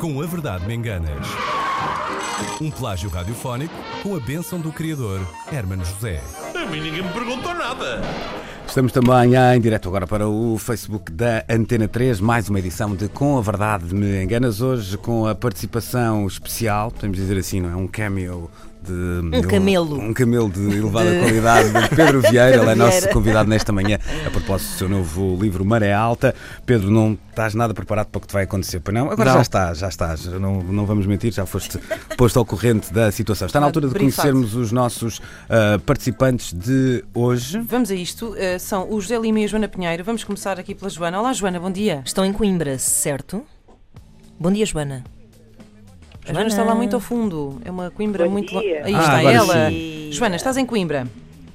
com A Verdade Me Enganas. Um plágio radiofónico com a bênção do criador Hermano José. A mim ninguém me perguntou nada. Estamos também em direto agora para o Facebook da Antena 3, mais uma edição de Com a Verdade Me Enganas, hoje com a participação especial, podemos dizer assim, não é? Um cameo de. Um camelo. Um camelo de elevada qualidade de Pedro Vieira, ele é nosso convidado nesta manhã a propósito do seu novo livro Maré Alta. Pedro, não estás nada preparado para o que te vai acontecer, pois não? Agora Não. já estás, já estás, não, não vamos mentir, já foste posto ao corrente da situação. Está na altura de Brifado. conhecermos os nossos ah, participantes de hoje. Vamos a isto. eh, são o José Lima e a Joana Pinheiro. Vamos começar aqui pela Joana. Olá, Joana, bom dia. Estão em Coimbra, certo? Bom dia, Joana. A Joana está lá muito ao fundo. É uma Coimbra Bom muito. lo- dia. Aí Ah, está agora ela. sim. Joana, estás em Coimbra.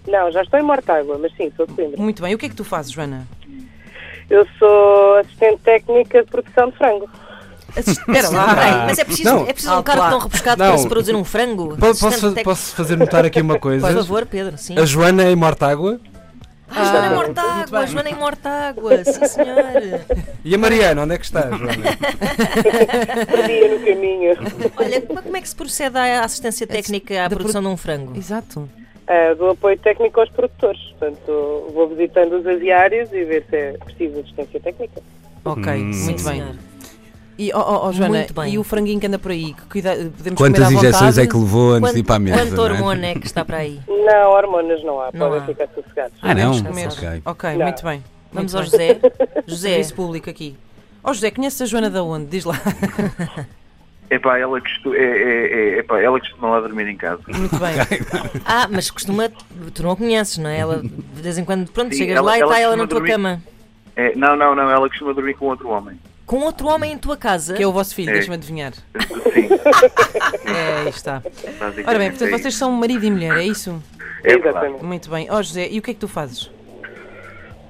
Não, já estou em Mortágua, mas sim, sou de Coimbra. Muito bem. O que é que tu fazes, Joana? Eu sou assistente técnica de produção de frango. Espera Ah, lá. bem, mas é preciso, Não. é preciso um Ah, cargo claro. tão rebuscado Não. para se produzir um frango? Po- Posso, Assistente fa- técnico. posso fazer notar aqui uma coisa? Por favor, Pedro, sim. A Joana é Mortágua Ah, a Joana é Mortágua, a Joana é Mortágua, sim senhor. e a Mariana, onde é que está, Joana? Perdia no caminho. Olha, como como é que se procede à assistência técnica à da produção de um frango? Exato. Ah, dou apoio técnico aos produtores. Portanto, vou visitando os aviários e ver se é preciso assistência técnica. Ok, Hum, muito Sim, bem. senhor. E, oh, oh, oh, Joana, Muito bem. e o franguinho que anda por aí? Que cuida- podemos Quantas comer à injeções vontade? é que levou antes de ir para a Quanto, mesa? quanto não é? hormônio é que está para aí? Não, hormonas não há, Não podem há. ficar sossegados. Ah, não? Podemos Comer. Ok. Ok, Não. muito bem. Vamos muito ao bem. José. José, Serviço público aqui. Ó José, conheces a Joana da onde? Diz lá. Epá, ela costuma, é, é, é, epá, ela costuma lá dormir em casa. Muito bem. ah, mas costuma, tu não a conheces, não é? Ela de vez em quando, pronto, Sim, chegas ela- lá e ela está ela costuma na tua dormir- cama. É, não, não, não, ela costuma dormir com outro homem. Com outro homem em tua casa? Que é o vosso filho, É. deixa-me adivinhar. Sim, É, aí está. basicamente. Ora bem, é portanto, vocês isso. são marido e mulher, é isso? É verdade. Exatamente. Muito bem. Ó José, e o que é que tu fazes?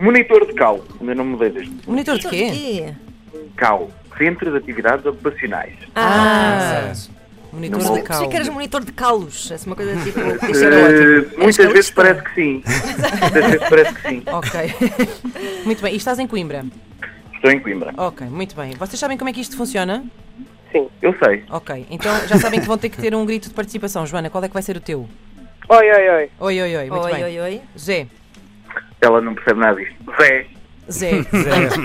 Monitor de cal, ainda não mudei desde Monitor de Então, quê? cal. Centro de Atividades Ocupacionais. Ah, Monitor Percebi de percebi cal. que eras um monitor de calos. É uma coisa tipo. Eh, Isso era ótimo. é És muitas vezes calista? parece que sim. muitas vezes parece que sim. Ok. muito bem. E estás em Coimbra? Estou em Coimbra. Ok, muito bem. Vocês sabem como é que isto funciona? Sim. Eu sei. Ok. Então já sabem que vão ter que ter um grito de participação. Joana, qual é que vai ser o teu? Oi, oi, oi. Oi, oi, oi. Muito Oi, bem. oi, oi. Zé. Ela não percebe nada disto. Zé. Zé.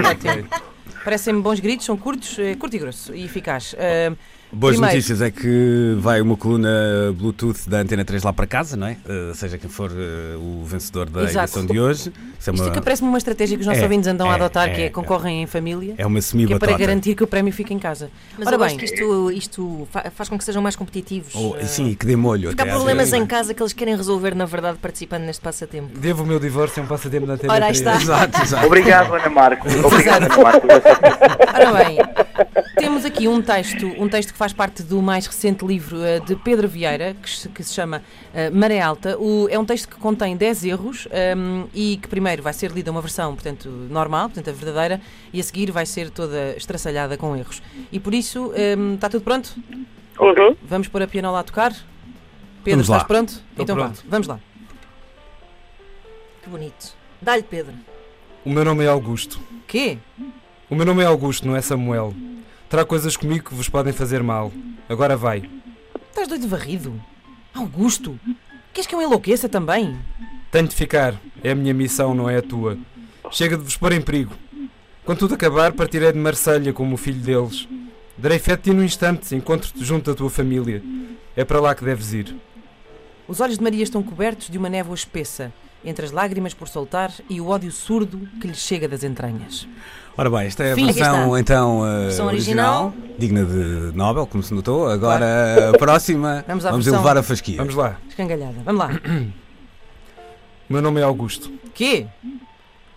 Ótimo. Parecem-me bons gritos, são curtos, eh, curto e grosso e eficaz. Eh, Ahm, Boas Primeiro. notícias é que vai uma coluna Bluetooth da Antena 3 lá para casa, não é? Eh, seja quem for eh, o vencedor da Exato. edição de hoje. Isso é isto uma, é que parece-me uma estratégia que os nossos É, ouvintes andam a é, adotar, é, que é é. concorrem em família, é uma que é semi-batota. para garantir que o prémio fica em casa. Mas Ora eu bem, acho que isto, isto fa- faz com que sejam mais competitivos. Ou, Eh, sim, que dê molho. Porque há até às problemas vezes. em casa que eles querem resolver, na verdade, participando neste passatempo. Devo o meu divórcio a um passatempo da TV. Ora, aí está. Exato, exato. Obrigado, Ana Marco. Obrigado, Ana Marco. Ora bem, temos aqui um texto, um texto que faz parte do mais recente livro eh, de Pedro Vieira, que se, que se chama eh, Maré Alta. O- é um texto que contém 10 erros ehm, e que primeiro vai ser lida uma versão, portanto, normal, portanto, a verdadeira, e a seguir vai ser toda estraçalhada com erros. E por isso, ehm, está tudo pronto? Uhum. Vamos pôr a pianola a tocar? Pedro, Vamos lá. estás pronto? então pronto. vá, vamos lá. Que bonito. Dá-lhe, Pedro. O meu nome é Augusto. Quê? O meu nome é Augusto, não é Samuel. Terá coisas comigo que vos podem fazer mal. Agora vai. Estás doido de varrido? Augusto? Queres que eu enlouqueça também? Tenho de ficar. É a minha missão, não é a tua. Chega de vos pôr em perigo. Quando tudo acabar, partirei de Marselha como o filho deles. Darei fé de ti num instante, encontro-te junto da tua família. É para lá que deves ir. Os olhos de Maria estão cobertos de uma névoa espessa, entre as lágrimas por soltar e o ódio surdo que lhe chega das entranhas. Ora bem, esta é a Fim. Aqui versão está. então eh, Versão original, original. digna de Nobel, como se notou. Agora a próxima, Vamos à versão. elevar a fasquia. Vamos lá. Escangalhada. Vamos lá. O meu nome é Augusto. Quê?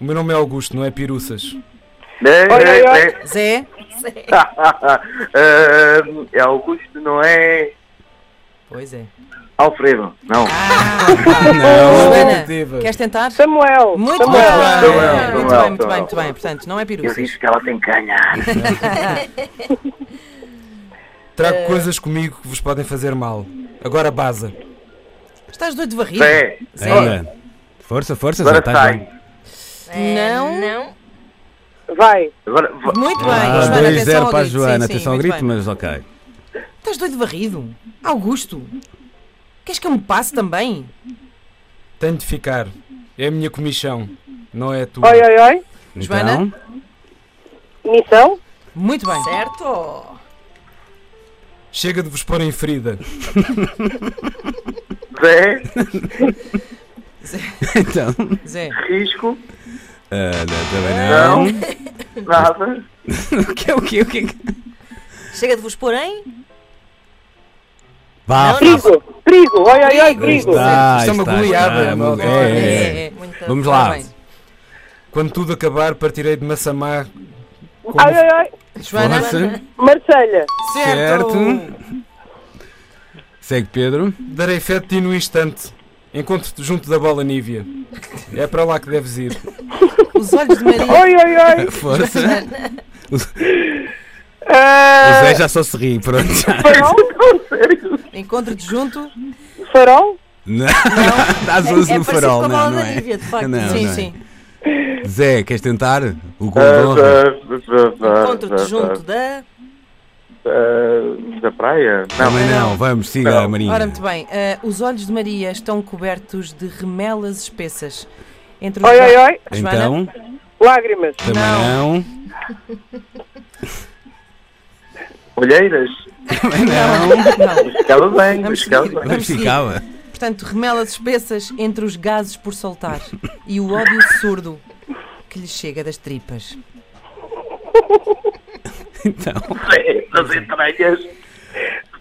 O meu nome é Augusto, não é Piruças. É, Oi, oi, oi. é, é. Zé? Ah, é Augusto, não é? Pois é. Alfredo, não. Joana, tentativa. queres tentar? Samuel. Muito Samuel. bem. Samuel, Muito Samuel, bem, muito bem, Samuel. muito bem. Portanto, não é Eu peruças. disse que ela tem canha. Trago coisas comigo que vos podem fazer mal. Agora baza. Estás doido de varrido? Zé, Ora, Força, força, já agora estás bem. sai. É, Não. Não. Vai. Agora, va- Muito bem, Ah, Joana, atenção 2-0 ao para a grito. Sim, Joana, sim, atenção ao muito grito, bem. mas ok. Estás doido de varrido? Augusto? Queres que eu me passe também? Tenho de ficar. É a minha comissão, não é a tua. Oi, oi, oi. Joana? Então, Missão? Muito bem. Certo? Chega de vos pôr em ferida. Zé, então. Zé. risco, Ah, não, não, também nada, não. O que é o que? O que? é que- Chega de vos pôr em. Vá, Perigo. Perigo. Oi, oi, oi. Perigo. está, Isto é uma está, goleada, está, meu é, é, é. É, é. Muito Vamos lá. Está bem. Quando tudo acabar, partirei de Massamá. Como... Ai, ai, ai. Joana? Força. Marselha. Certo. Certo. Segue Pedro. Darei fé de ti no instante. Encontro-te junto da bola Nívia. É para lá que deves ir. Os olhos de Maria. Oi, oi, oi. Força. O Ah, Zé já só se ri, pronto. Já. farol? Encontro-te junto. Farol? Não, Dás É, uso é no parecido com um farol, a não, bola não da é? Nívia, de facto. Não, sim, não é. sim. Zé, queres tentar? O gol de eh, honra? Encontro-te Encontro-te junto da. eh, Da praia? Também Não, não, vamos, siga a Não. Marinha. Ora, muito bem. ah, os olhos de Maria estão cobertos de remelas espessas. Entre os Oi, oi, bra- oi. Joana? Então, Lágrimas. também Não. não. olheiras? Também não. Não. Ficava bem, Vamos mas ficava seguir. bem. Mas ficava. Portanto, remelas espessas entre os gases por soltar e o ódio surdo que lhe chega das tripas. Zé, nas entranhas.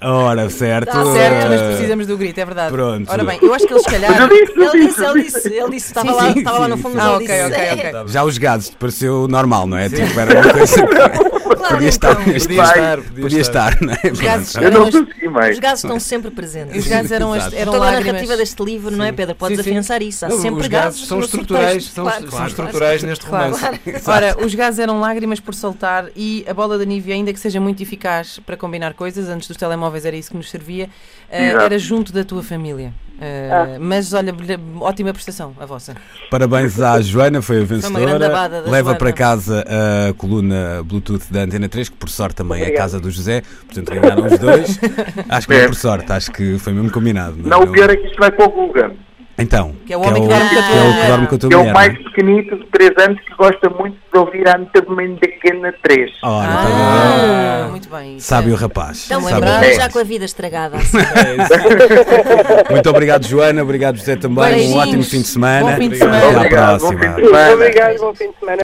Ora, certo. Tá Eh, Está Tá certo, mas precisamos do grito, é verdade. Pronto. Ora bem, eu acho que eles se calhar. Eu disse, eu Ele disse, disse, eu ele disse. disse, ele disse, estava lá, sim, estava lá no sim, fundo, sim. mas Ah, ele ok, disse. ok, ok. Já os gados, te pareceu normal, não é? Tipo, era uma coisa que Claro, podia então. estar, neste- Podia Vai. estar, podia, podia estar, não é? gases- Eu não Mas- consegui mais. Os gases estão sempre Os presentes. gases eram, as, Exato. eram Toda a lágrimas. narrativa deste livro, não é, Pedro? Podes Sim, sim. afiançar isso. Há Não, sempre os gases gases são no estruturais, subtexto, são, claro. são Claro. estruturais neste Claro. romance. Ora, os gases eram lágrimas por soltar e a bola da Nívea, ainda que seja muito eficaz para combinar coisas, antes dos telemóveis era isso que nos servia, eh, Exato. era junto da tua família. Eh, Mas olha, brilha- ótima prestação a vossa. Parabéns à Joana, foi a uma grande abada vencedora. da Leva Joana. para casa a coluna Bluetooth da Antena 3, que por sorte também é a Obrigada. casa do José. Portanto, ganharam os dois. Acho que não por sorte, acho que foi mesmo combinado. é? É. Não, o pior é que isto vai para o Guga. Então, Que é o homem que é o- dorme com a que é o tua que dorme com a tua Que é o mulher, mais não é? pequenito de 3 anos que gosta muito de ouvir a Anta Mendecana 3. Ora, tá Ah, está bem. muito bem. isso Sábio é- rapaz. Então, sábio lembrado, rapaz. já com a vida estragada. assim. Muito obrigado, Joana. Obrigado, José, também. Um Beijinhos. ótimo fim de semana. Bom fim de semana. Até à Obrigado, bom próxima. fim de semana. Obrigado, bom fim de semana.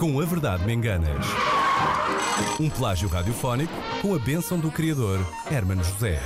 Com a Verdade Me Enganas. Um plágio radiofónico com a bênção do criador, Hermano José.